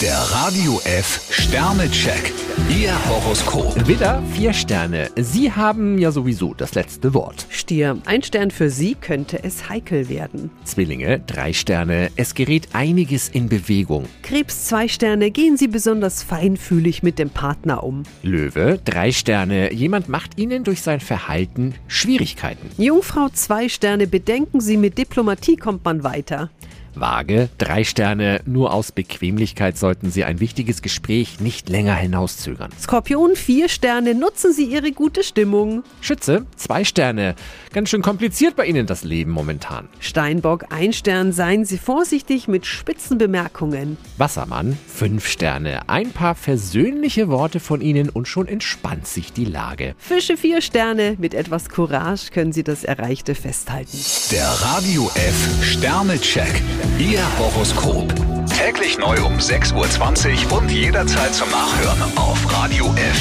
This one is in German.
Der Radio F Sternecheck. Ihr Horoskop. Widder, vier Sterne. Sie haben ja sowieso das letzte Wort. Stier, ein Stern für Sie könnte es heikel werden. Zwillinge, drei Sterne. Es gerät einiges in Bewegung. Krebs, zwei Sterne, gehen Sie besonders feinfühlig mit dem Partner um. Löwe, drei Sterne. Jemand macht Ihnen durch sein Verhalten Schwierigkeiten. Jungfrau, zwei Sterne, bedenken Sie, mit Diplomatie kommt man weiter. Waage, drei Sterne. Nur aus Bequemlichkeit sollten Sie ein wichtiges Gespräch nicht länger hinauszögern. Skorpion, vier Sterne, nutzen Sie Ihre gute Stimmung. Schütze, zwei Sterne. Ganz schön kompliziert bei Ihnen das Leben momentan. Steinbock, ein Stern, seien Sie vorsichtig mit spitzen Bemerkungen. Wassermann, fünf Sterne. Ein paar versöhnliche Worte von Ihnen und schon entspannt sich die Lage. Fische, vier Sterne, mit etwas Courage können Sie das Erreichte festhalten. Der Radio F Sternecheck. Ihr Horoskop. Täglich neu um 6.20 Uhr und jederzeit zum Nachhören auf Radio F.